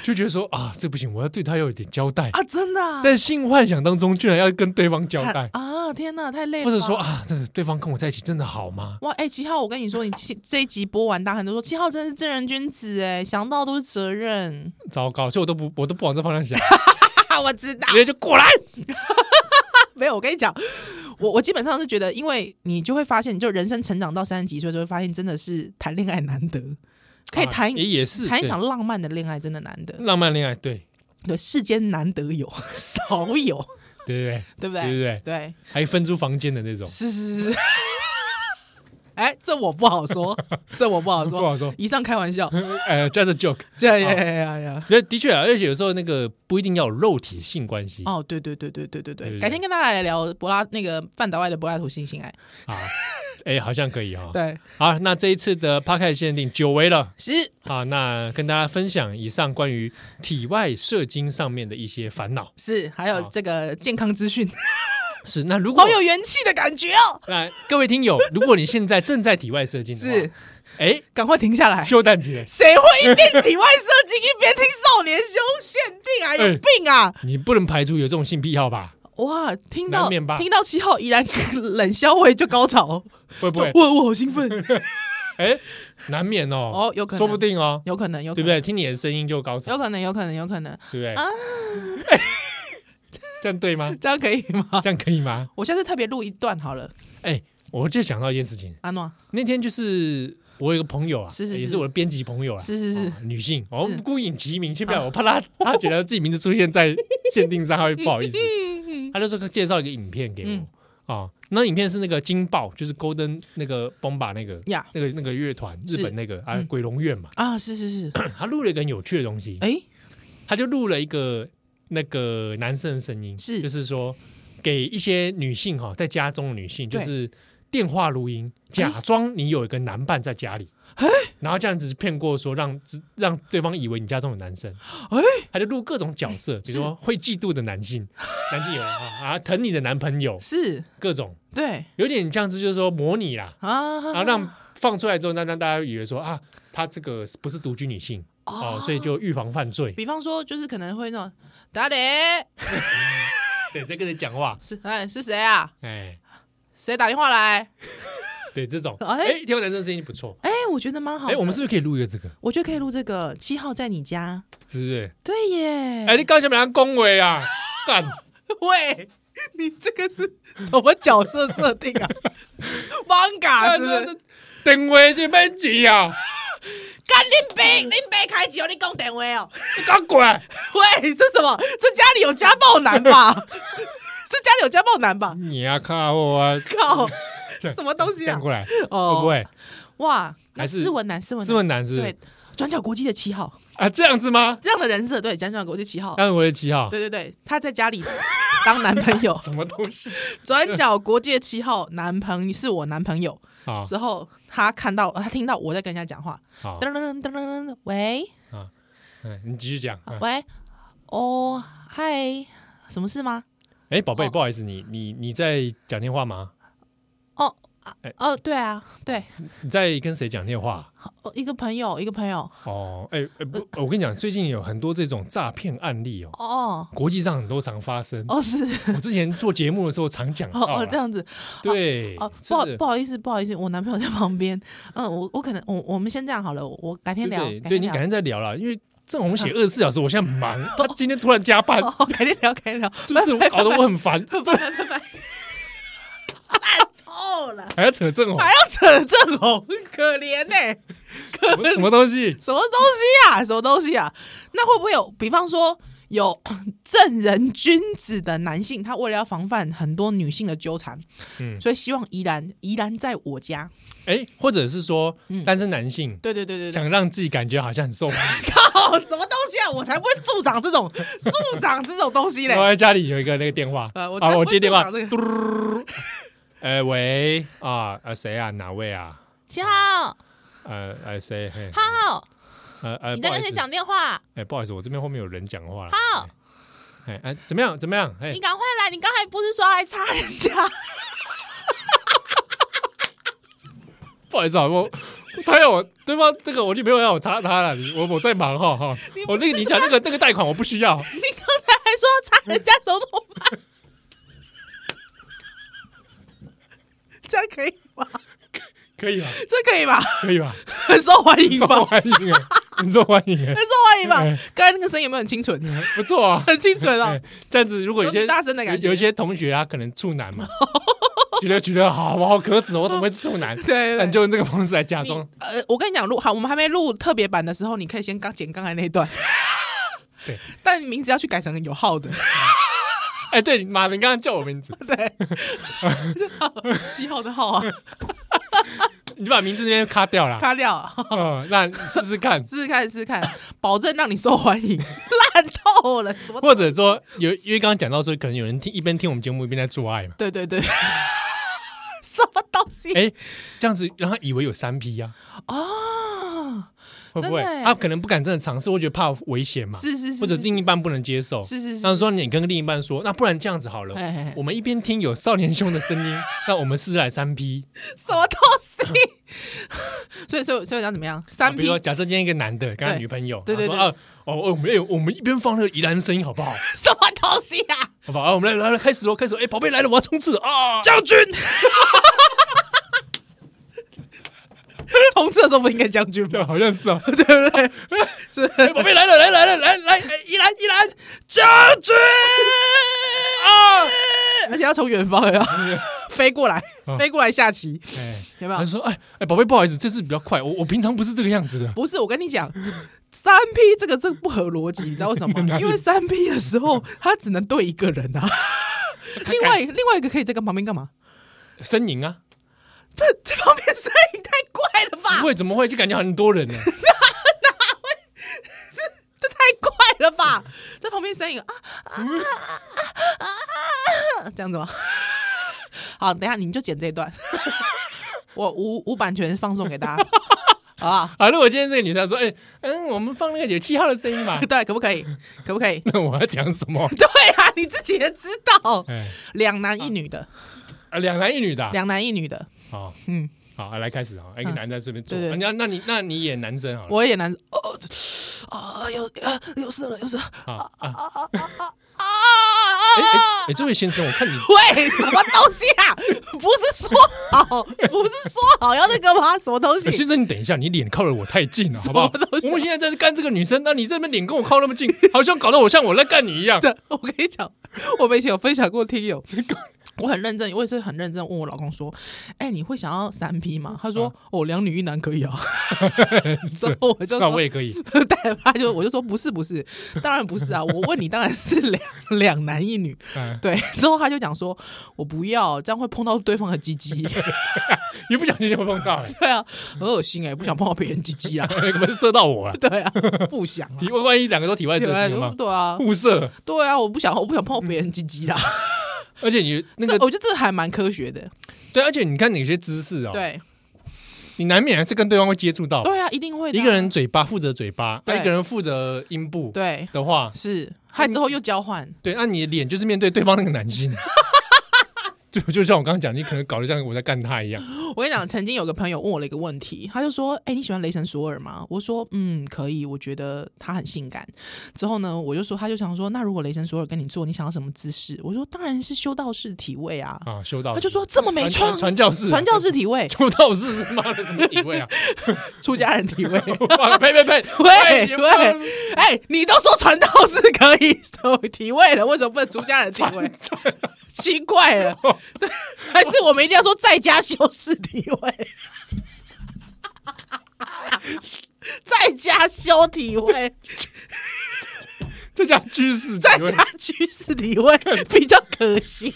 [SPEAKER 1] 就觉得说啊，这不行，我要对他有一点交代。
[SPEAKER 2] 啊，真的、啊、
[SPEAKER 1] 在性幻想当中，居然要跟对方交代，
[SPEAKER 2] 啊！天哪，太累了
[SPEAKER 1] 或
[SPEAKER 2] 吧。
[SPEAKER 1] 者说啊，这对方跟我在一起真的好吗？
[SPEAKER 2] 哇，哎、七号，我跟你说，你七这一集播完，大家很多说七号真是正人君子，哎，想到都是责任。
[SPEAKER 1] 糟糕，所以我都不，我都不往这方向想，
[SPEAKER 2] 哈
[SPEAKER 1] 啊
[SPEAKER 2] 哈，我知道
[SPEAKER 1] 直接就过来。
[SPEAKER 2] 没有，我跟你讲，我我基本上是觉得，因为你就会发现，你就人生成长到三十几岁，就会发现真的是谈恋爱难得，可以
[SPEAKER 1] 啊
[SPEAKER 2] 谈
[SPEAKER 1] 也
[SPEAKER 2] 一、
[SPEAKER 1] 也是
[SPEAKER 2] 谈一场浪漫的恋爱，真的难得
[SPEAKER 1] 对，浪漫恋爱，对
[SPEAKER 2] 对，世间难得有， 少有，
[SPEAKER 1] 对
[SPEAKER 2] 对不
[SPEAKER 1] 对对对
[SPEAKER 2] 对？
[SPEAKER 1] 对，
[SPEAKER 2] 对，
[SPEAKER 1] 还分租房间的那种，
[SPEAKER 2] 是是是。是 哎，这我不 好说，这我不好
[SPEAKER 1] 不
[SPEAKER 2] 说。
[SPEAKER 1] 好说。
[SPEAKER 2] 以上开玩笑，
[SPEAKER 1] 呃，加着 joke，
[SPEAKER 2] 这呀呀呀呀！
[SPEAKER 1] 那的确啊，而且有时候那个不一定要有肉体性关系
[SPEAKER 2] 哦，对对对对对对
[SPEAKER 1] 对对
[SPEAKER 2] 对，改天跟大家来聊柏拉那个范岛爱的柏拉图性性爱。
[SPEAKER 1] 啊。哎，好像可以哈。
[SPEAKER 2] 对，
[SPEAKER 1] 好，那这一次的 p o c a s t 限定久违了。
[SPEAKER 2] 是
[SPEAKER 1] 啊，那跟大家分享以上关于体外射精上面的一些烦恼。
[SPEAKER 2] 是，还有
[SPEAKER 1] 好
[SPEAKER 2] 这个健康资讯，
[SPEAKER 1] 是，那如果
[SPEAKER 2] 好有元气的感觉哦。
[SPEAKER 1] 那各位听友，如果你现在正在体外射精的话，
[SPEAKER 2] 是，
[SPEAKER 1] 哎，
[SPEAKER 2] 赶快停下来。
[SPEAKER 1] 休蛋姐，
[SPEAKER 2] 谁会一边体外射精一边听少年兄限定啊？有
[SPEAKER 1] 哎
[SPEAKER 2] 病啊！
[SPEAKER 1] 你不能排除有这种性癖好吧？
[SPEAKER 2] 哇，听
[SPEAKER 1] 难
[SPEAKER 2] 到
[SPEAKER 1] 免吧
[SPEAKER 2] 听到七号依然冷消味就高潮，
[SPEAKER 1] 会 不会？
[SPEAKER 2] 我我好兴奋，
[SPEAKER 1] 哎，难免哦，
[SPEAKER 2] 哦有可能
[SPEAKER 1] 说不定哦，
[SPEAKER 2] 有可能，有可
[SPEAKER 1] 对
[SPEAKER 2] 能
[SPEAKER 1] 不对？听你的声音就高
[SPEAKER 2] 有啊
[SPEAKER 1] 潮，
[SPEAKER 2] 可能，有可能，有可能，
[SPEAKER 1] 对不对？ 这样对吗？
[SPEAKER 2] 这样可以吗？
[SPEAKER 1] 这样可以吗？
[SPEAKER 2] 我下次特别录一段好了，
[SPEAKER 1] 哎，我就想到一件事情，
[SPEAKER 2] 阿诺，
[SPEAKER 1] 那天就是。我有一个朋友啊，
[SPEAKER 2] 是是是
[SPEAKER 1] 也是我的编辑朋友啊，
[SPEAKER 2] 是是是啊
[SPEAKER 1] 哦女性，我们孤影其名，先不要，我怕她她觉 得自己名字出现在限定上，她会不好意思。她就说介绍一个影片给我
[SPEAKER 2] 嗯，
[SPEAKER 1] 啊。那影片是那个金爆，就是 Golden 那个 Bomba 那个
[SPEAKER 2] 呀
[SPEAKER 1] 那个那个乐团，
[SPEAKER 2] 是
[SPEAKER 1] 日本那个啊
[SPEAKER 2] 嗯
[SPEAKER 1] 鬼龙院嘛，
[SPEAKER 2] 啊，是是 是，
[SPEAKER 1] 他录了一个很有趣的东西，
[SPEAKER 2] 哎、
[SPEAKER 1] 他就录了一个那个男生的声音，
[SPEAKER 2] 是
[SPEAKER 1] 就是说给一些女性哈，在家中的女性就
[SPEAKER 2] 对
[SPEAKER 1] 是电话录音，假装你有一个男伴在家里，然后这样子骗过说让让对方以为你家中有男生，
[SPEAKER 2] 哎
[SPEAKER 1] 他就录各种角色，比如说会嫉妒的男性， 男性友啊啊疼你的男朋友，
[SPEAKER 2] 是，
[SPEAKER 1] 各种
[SPEAKER 2] 对
[SPEAKER 1] 有点这样子，就是说模拟啦，
[SPEAKER 2] 啊，
[SPEAKER 1] 然后让放出来之后，那让大家以为说啊，她这个不是独居女性哦，所以就预防犯罪。
[SPEAKER 2] 比方说，就是可能会那种打雷，
[SPEAKER 1] 对，在跟人讲话，
[SPEAKER 2] 是哎是谁啊？
[SPEAKER 1] 哎，
[SPEAKER 2] 谁打电话来？
[SPEAKER 1] 对这种，
[SPEAKER 2] 哎
[SPEAKER 1] 哎，听完男生声音不错，
[SPEAKER 2] 哎、我觉得蛮好的。
[SPEAKER 1] 哎，我们是不是可以录一个这个？
[SPEAKER 2] 我觉得可以录这个七号在你家。
[SPEAKER 1] 是不是？
[SPEAKER 2] 对耶，
[SPEAKER 1] 哎，你刚才把他恭维啊，干，
[SPEAKER 2] 喂，你这个是什么角色设定 啊？manga
[SPEAKER 1] 干
[SPEAKER 2] 是不是？
[SPEAKER 1] 定位去免钱啊，
[SPEAKER 2] 干林北，林北开启哦，你讲电话哦。
[SPEAKER 1] 你搞鬼！
[SPEAKER 2] 喂，这什么？这家里有家暴男 吧？这家里有家暴男吧？
[SPEAKER 1] 你啊靠我啊，
[SPEAKER 2] 靠，
[SPEAKER 1] 这样
[SPEAKER 2] 什么东
[SPEAKER 1] 这
[SPEAKER 2] 西
[SPEAKER 1] 样
[SPEAKER 2] 啊？
[SPEAKER 1] 过来会
[SPEAKER 2] 哦
[SPEAKER 1] 不会？
[SPEAKER 2] 哇，那
[SPEAKER 1] 还是
[SPEAKER 2] 斯文男，斯文男
[SPEAKER 1] 斯文男是不是
[SPEAKER 2] 对，转角国际的七号
[SPEAKER 1] 啊，这样子吗？
[SPEAKER 2] 这样的人设，对，转角国际七号，
[SPEAKER 1] 当然我的七号，
[SPEAKER 2] 哦对对对，他在家里当男 朋友，
[SPEAKER 1] 什么东 西
[SPEAKER 2] 转角国际的七号男朋友是我男朋友。
[SPEAKER 1] 啊？
[SPEAKER 2] 之后他看到他听到我在跟人家讲话，
[SPEAKER 1] 好
[SPEAKER 2] 噔，噔噔噔噔噔，喂
[SPEAKER 1] 啊，嗯，你继续讲。嗯
[SPEAKER 2] 喂，哦嗨，什么事吗？
[SPEAKER 1] 哎，宝贝，
[SPEAKER 2] 哦
[SPEAKER 1] 不好意思，你你你在讲电话吗？
[SPEAKER 2] 哦啊
[SPEAKER 1] 哎
[SPEAKER 2] 哦，对啊，对，
[SPEAKER 1] 你在跟谁讲电话？
[SPEAKER 2] 哦一个朋友，一个朋友，
[SPEAKER 1] 哦，哎哎不，我跟你讲，最近有很多这种诈骗案例哦，
[SPEAKER 2] 哦
[SPEAKER 1] 国际上很多常发生。
[SPEAKER 2] 哦是，
[SPEAKER 1] 我之前做节目的时候常讲
[SPEAKER 2] 哦
[SPEAKER 1] 到
[SPEAKER 2] 哦这
[SPEAKER 1] 啦，
[SPEAKER 2] 样子，
[SPEAKER 1] 对
[SPEAKER 2] 哦，
[SPEAKER 1] 是
[SPEAKER 2] 不好
[SPEAKER 1] 的
[SPEAKER 2] 不好意思，不好意思，我男朋友在旁边，嗯，我我可能我我们先这样好了，我我改天
[SPEAKER 1] 对
[SPEAKER 2] 聊，
[SPEAKER 1] 对，
[SPEAKER 2] 改
[SPEAKER 1] 对
[SPEAKER 2] 天
[SPEAKER 1] 你
[SPEAKER 2] 聊
[SPEAKER 1] 改天再聊啦，因为郑红写二十四小时，我现在很 忙，他今天突然加班，
[SPEAKER 2] 哦，改天聊，改天聊，
[SPEAKER 1] 是不是搞得我很 烦，
[SPEAKER 2] 拜拜拜拜，烂透了，
[SPEAKER 1] 还要扯郑红
[SPEAKER 2] 还，要扯正红，可怜呢、可
[SPEAKER 1] 什么什么东西？
[SPEAKER 2] 什么东西啊？什么东西啊？那会不会有，比方说有 正人君子的男性，他为了要防范很多女性的纠缠，
[SPEAKER 1] 嗯
[SPEAKER 2] 所以希望宜兰宜兰在我家。
[SPEAKER 1] 哎，或者是说单身男性
[SPEAKER 2] 对对嗯对对对，
[SPEAKER 1] 想让自己感觉好像很 受欢迎，
[SPEAKER 2] 靠，什么东西啊？我才不会助长 这种助长这种东西嘞
[SPEAKER 1] 然！后在家里有一个那个电话，
[SPEAKER 2] 呃我才
[SPEAKER 1] 啊，
[SPEAKER 2] 不
[SPEAKER 1] 我
[SPEAKER 2] 会
[SPEAKER 1] 接电话，
[SPEAKER 2] 助长
[SPEAKER 1] 嘟，呃，喂，啊，呃，谁啊？哪位啊？
[SPEAKER 2] 七号，
[SPEAKER 1] 呃，呃，谁？嘿
[SPEAKER 2] 浩，
[SPEAKER 1] 呃呃，
[SPEAKER 2] 你在
[SPEAKER 1] 不好
[SPEAKER 2] 跟
[SPEAKER 1] 意
[SPEAKER 2] 谁
[SPEAKER 1] 思？
[SPEAKER 2] 讲电话？
[SPEAKER 1] 哎，不好意思，我这边后面有人讲话了。
[SPEAKER 2] 浩，
[SPEAKER 1] 哎哎，怎么样？怎么样？哎
[SPEAKER 2] 你，赶快来！你刚才不是说还插人家？
[SPEAKER 1] 不好意思啊，我他要我对方这个我女朋友要我查他了，你我我在忙哈哈
[SPEAKER 2] 你。不
[SPEAKER 1] 我那个你讲那个那个贷款我不需要，
[SPEAKER 2] 你刚才还说插人家手怎么办？这样可以吗？
[SPEAKER 1] 可以吧？啊
[SPEAKER 2] 这可以吧？
[SPEAKER 1] 可以吧？
[SPEAKER 2] 很受欢迎
[SPEAKER 1] 受
[SPEAKER 2] 吧？
[SPEAKER 1] 欢迎哎，很受欢迎哎
[SPEAKER 2] 很，受欢迎吧
[SPEAKER 1] 嗯？
[SPEAKER 2] 刚才那个声音有没有很清纯？
[SPEAKER 1] 不错啊。
[SPEAKER 2] 很清纯
[SPEAKER 1] 哎
[SPEAKER 2] 哦，
[SPEAKER 1] 这样子如果有
[SPEAKER 2] 有
[SPEAKER 1] 些
[SPEAKER 2] 点大声的感觉。
[SPEAKER 1] 有有一些同学他啊可能处男 嘛，觉得觉得好我好可耻哦，我怎么会处男？
[SPEAKER 2] 对
[SPEAKER 1] 那你
[SPEAKER 2] 对对。
[SPEAKER 1] 就用这个方式来假
[SPEAKER 2] 你
[SPEAKER 1] 装。。
[SPEAKER 2] 呃，我跟你讲，录好，我们还没录特别版的时候，你可以先刚剪刚才那一段
[SPEAKER 1] 对，
[SPEAKER 2] 但名字要去改成有号的，
[SPEAKER 1] 哎，对，马林刚刚叫我名字，
[SPEAKER 2] 对， 七号的号 啊，
[SPEAKER 1] 你把名字那边卡掉了。
[SPEAKER 2] 卡掉啊，，
[SPEAKER 1] 嗯，那试试看
[SPEAKER 2] 试试看，试试看，保证让你受欢迎， 烂透了，什么？
[SPEAKER 1] 或者说有，因为刚刚讲到说，可能有人听一边听我们节目一边在做爱嘛，
[SPEAKER 2] 对对 对，什么东西？
[SPEAKER 1] 哎，这样子让他以为有三 P 呀，
[SPEAKER 2] 啊，
[SPEAKER 1] 会不会？
[SPEAKER 2] 真的哎
[SPEAKER 1] 他可能不敢真的尝试，会觉得怕危险嘛，
[SPEAKER 2] 是是是，
[SPEAKER 1] 或者
[SPEAKER 2] 是
[SPEAKER 1] 另一半不能接受。
[SPEAKER 2] 是是是
[SPEAKER 1] 那说你跟另一半说，那不然这样子好了
[SPEAKER 2] 哎哎哎，
[SPEAKER 1] 我们一边听有少年兄的声音， 那我们试试来三 P。
[SPEAKER 2] 什么东西？ 所以，所以，所以要怎么样？
[SPEAKER 1] 啊
[SPEAKER 2] 三
[SPEAKER 1] 比如
[SPEAKER 2] P
[SPEAKER 1] 说，假设今天一个男的跟他
[SPEAKER 2] 对
[SPEAKER 1] 女朋友，
[SPEAKER 2] 对对
[SPEAKER 1] 然
[SPEAKER 2] 对
[SPEAKER 1] 后说啊，哦，哦我们哎我们一边放那个宜兰声音好不好？
[SPEAKER 2] 什么东西啊？
[SPEAKER 1] 好不好？啊我们来来来，开始喽，开始喽！哎，宝贝来了，我要冲刺了啊！
[SPEAKER 2] 将军， 冲刺的时候不应该将军
[SPEAKER 1] 对，
[SPEAKER 2] 吗？
[SPEAKER 1] 好像是啊。
[SPEAKER 2] 对不对？是
[SPEAKER 1] 哎，宝贝来了，来来来来来，哎宜兰宜兰
[SPEAKER 2] 将军，
[SPEAKER 1] 啊！
[SPEAKER 2] 而且要从远方 要飞过来，飞过来下棋，
[SPEAKER 1] 哎，
[SPEAKER 2] 有没
[SPEAKER 1] 他
[SPEAKER 2] 有
[SPEAKER 1] 就？说哎哎，宝贝，不好意思，这次比较快，我我平常不是这个样子的。
[SPEAKER 2] 不是，我跟你讲，三 P 这个这个不合逻辑，你知道为什么
[SPEAKER 1] 哪
[SPEAKER 2] 吗？
[SPEAKER 1] 里
[SPEAKER 2] 因为三 P 的时候，他只能对一个人啊。另外另外一个可以在跟旁边干嘛？
[SPEAKER 1] 呻吟啊，
[SPEAKER 2] 这这旁边声音太怪了吧？
[SPEAKER 1] 不会怎么会就感觉很多人呢？
[SPEAKER 2] 这太怪了吧？在旁边声音啊啊啊啊啊！这样子吗？好，等一下你就剪这一段， 我无无版权放送给大家，好不好？，
[SPEAKER 1] 啊，如果今天这个女生说，哎嗯，我们放那个九七号的声音吧
[SPEAKER 2] 对，可不可以？可不可以？
[SPEAKER 1] 那我要讲什么？
[SPEAKER 2] 对啊，你自己也知道，
[SPEAKER 1] 哎，
[SPEAKER 2] 两男一女的，
[SPEAKER 1] 啊两男一女的啊，
[SPEAKER 2] 两男一女的，
[SPEAKER 1] 好
[SPEAKER 2] 嗯，
[SPEAKER 1] 好啊来开始啊，一个男的在这边坐，
[SPEAKER 2] 对对
[SPEAKER 1] 啊那那你那你演男生好了，
[SPEAKER 2] 我也男哦啊，有啊有事了，有事了
[SPEAKER 1] 好啊，
[SPEAKER 2] 啊！
[SPEAKER 1] 哎哎哎，这位先生，我看你
[SPEAKER 2] 喂，什么东西啊？不是说好，不是说好要那个吗？什么东西
[SPEAKER 1] 呃？先生，你等一下，你脸靠得我太近啊了，好不好
[SPEAKER 2] 什么东？西
[SPEAKER 1] 我们现在在干这个女生，那你这边脸跟我靠那么 近，好像搞得我像我在干你一样。
[SPEAKER 2] 这我跟你讲，我们以前有分享过听友，我很认真，我也是很认真问我老公说：“哎、你会想要三 P 吗？”他说：“哦，两女一男可以 啊。”之后我
[SPEAKER 1] 是
[SPEAKER 2] 就
[SPEAKER 1] 吧？
[SPEAKER 2] 说
[SPEAKER 1] 我也可以。
[SPEAKER 2] 对，他就我就说不是不是，当然不是啊，我问你当然是两两男一女。
[SPEAKER 1] 嗯，
[SPEAKER 2] 对，之后他就讲说，我不要，这样会碰到对方的鸡鸡。
[SPEAKER 1] 一不小心就会碰到了，
[SPEAKER 2] 对啊，很恶心哎、不想碰到别人鸡鸡啊。
[SPEAKER 1] 可能射到我了。
[SPEAKER 2] 对啊，不想 啊。
[SPEAKER 1] 体外万一两个都体外射精了吗？
[SPEAKER 2] 对啊，
[SPEAKER 1] 互射，
[SPEAKER 2] 对啊，我不想， 我不想碰到别人鸡鸡啦。
[SPEAKER 1] 而且你 那
[SPEAKER 2] 这
[SPEAKER 1] 个
[SPEAKER 2] 我觉得这还蛮科学的。
[SPEAKER 1] 对，而且你看哪些姿势啊？，
[SPEAKER 2] 对，
[SPEAKER 1] 你难免还是跟对方会接触到。
[SPEAKER 2] 对啊，一定会的啊。
[SPEAKER 1] 一个人嘴巴负责嘴巴，那
[SPEAKER 2] 对
[SPEAKER 1] 一个人负责阴部
[SPEAKER 2] 对
[SPEAKER 1] 的话，
[SPEAKER 2] 是，还之后又交换，
[SPEAKER 1] 对，那你的脸就是面对对方那个男 性。就就像我刚刚讲，你可能搞得像我在干他一样。
[SPEAKER 2] 我跟你讲，曾经有个朋友问我了一个问题，他就说：“哎、你喜欢雷神索尔吗？”我说：“嗯，可以，我觉得他很性感。”之后呢，我就说，他就想说：“那如果雷神索尔跟你做，你想要什么姿势？”我说：“当然是修道士体位啊。
[SPEAKER 1] 啊，修道士
[SPEAKER 2] 他就说：“这么没
[SPEAKER 1] 传
[SPEAKER 2] 创
[SPEAKER 1] 传，传教士，
[SPEAKER 2] 传教士体位，
[SPEAKER 1] 修道士是妈的什么地位啊？
[SPEAKER 2] 出家人体位。”
[SPEAKER 1] 哇呸呸呸！
[SPEAKER 2] 喂
[SPEAKER 1] 你
[SPEAKER 2] 喂，哎、你都说传道士可以手体位了，为什么不能出家人体位？奇怪 了，还是我们一定要说在家修饰体 位？在家修 体位，
[SPEAKER 1] 这叫居士地
[SPEAKER 2] 在
[SPEAKER 1] 位，
[SPEAKER 2] 家居士体位比较可行。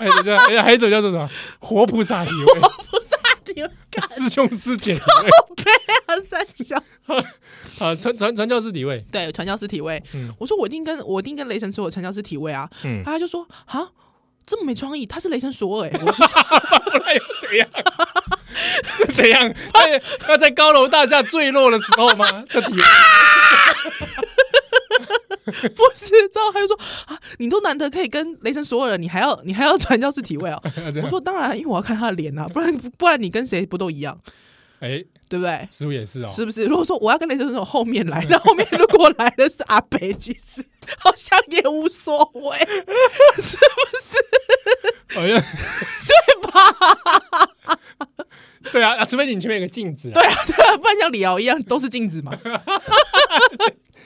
[SPEAKER 1] 哎，对对，哎还有一种叫做什么 活菩萨体位，
[SPEAKER 2] 菩萨体位， 干
[SPEAKER 1] 师兄师姐体
[SPEAKER 2] 杯啊，三小。
[SPEAKER 1] 位，啊，传传传教士体 位，
[SPEAKER 2] 对，传教士体位。
[SPEAKER 1] 嗯
[SPEAKER 2] 我说我一定跟我一定跟雷神索尔传教士体位啊。
[SPEAKER 1] 嗯
[SPEAKER 2] 他就说啊，这么没创意，他是雷神索尔、 欸。我说
[SPEAKER 1] 不然又怎 样？是怎样？在要在高楼大厦坠落的时候 吗？这体位
[SPEAKER 2] 不是，之后他就说啊，你都难得可以跟雷神索尔了，你还要 你还要传教士体位哦。
[SPEAKER 1] 要 啊这
[SPEAKER 2] 我
[SPEAKER 1] 样，
[SPEAKER 2] 说当然，因为我要看他的脸啊，不然不然你跟谁不都一样，
[SPEAKER 1] 哎，
[SPEAKER 2] 对不对？
[SPEAKER 1] 师傅也是哦，
[SPEAKER 2] 是不是？如果说我要跟雷神索尔后面来，那后面如果来的是阿北，其实好像也无所 谓，是
[SPEAKER 1] 好像
[SPEAKER 2] 对吧？
[SPEAKER 1] 对啊，啊除非你前面有个镜子啊，
[SPEAKER 2] 对啊，对啊，不然像李敖一样都是镜子 嘛，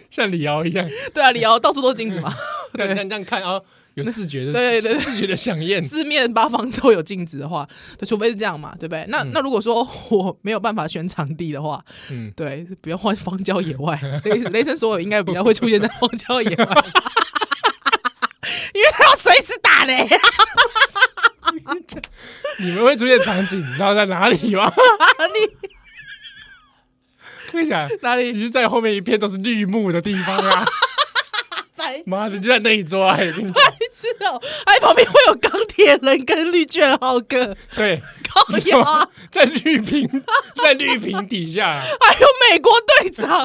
[SPEAKER 1] 像李敖一样，
[SPEAKER 2] 对啊，李敖到处都是镜子嘛，
[SPEAKER 1] 这样这样看啊，有视觉的，
[SPEAKER 2] 对对对
[SPEAKER 1] 视觉的响应。
[SPEAKER 2] 四面八方都有镜子的话，对，除非是这样嘛，对不对？那、那如果说我没有办法选场地的话，
[SPEAKER 1] 嗯
[SPEAKER 2] 对，不要换荒郊野外，雷雷神索尔应该比较会出现在荒郊野外，因为他要随时打雷啊，
[SPEAKER 1] 你们会出现场景，你知道在哪里 吗？
[SPEAKER 2] 你
[SPEAKER 1] 跟你讲，
[SPEAKER 2] 哪
[SPEAKER 1] 已
[SPEAKER 2] 里
[SPEAKER 1] 经在后面一片都是绿幕的地方 啊！
[SPEAKER 2] 白
[SPEAKER 1] 妈的，就在那一桌啊！我跟你讲，
[SPEAKER 2] 痴哦、哎，旁边会有钢铁人跟绿卷浩哥，
[SPEAKER 1] 对，
[SPEAKER 2] 靠啊呀，
[SPEAKER 1] 在绿屏，在绿屏底下啊，
[SPEAKER 2] 还有美国队长，哇，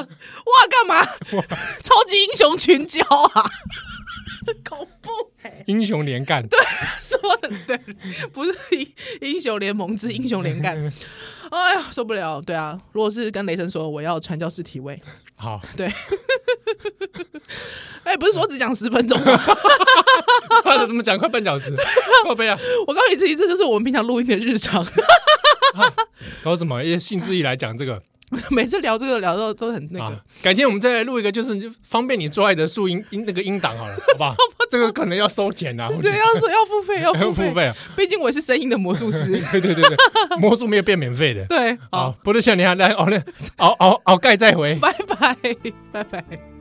[SPEAKER 2] 干嘛？超级英雄群交啊， 恐怖哎、
[SPEAKER 1] 英雄连干，
[SPEAKER 2] 什么的，对， 不是英英雄联盟之英雄连杆，哎呀，受不了，对啊，如果是跟雷神说我要传教士体位，
[SPEAKER 1] 好，
[SPEAKER 2] 对，哎、不是说只讲十分钟吗？
[SPEAKER 1] 妈的，怎么讲快半小时？后背啊，
[SPEAKER 2] 我告诉你，这一次就是我们平常录音的日常，
[SPEAKER 1] 搞什么？因为兴致一来讲这个
[SPEAKER 2] 每次聊这个聊到都很那个，
[SPEAKER 1] 啊，改天我们再来录一个，就是方便你做爱的录音音那个音档好 了，好不好？这个可能要收钱啊，我觉
[SPEAKER 2] 对，
[SPEAKER 1] 得
[SPEAKER 2] 要说要付费，要
[SPEAKER 1] 要
[SPEAKER 2] 付
[SPEAKER 1] 付
[SPEAKER 2] 费，
[SPEAKER 1] 费啊。
[SPEAKER 2] 毕竟我也是声音的魔 术师，
[SPEAKER 1] 对对对 对，魔术没有变免费的。
[SPEAKER 2] 对，
[SPEAKER 1] 好
[SPEAKER 2] 好，，
[SPEAKER 1] 哦不是像你还来熬那熬熬熬盖再回。
[SPEAKER 2] 拜拜，拜拜。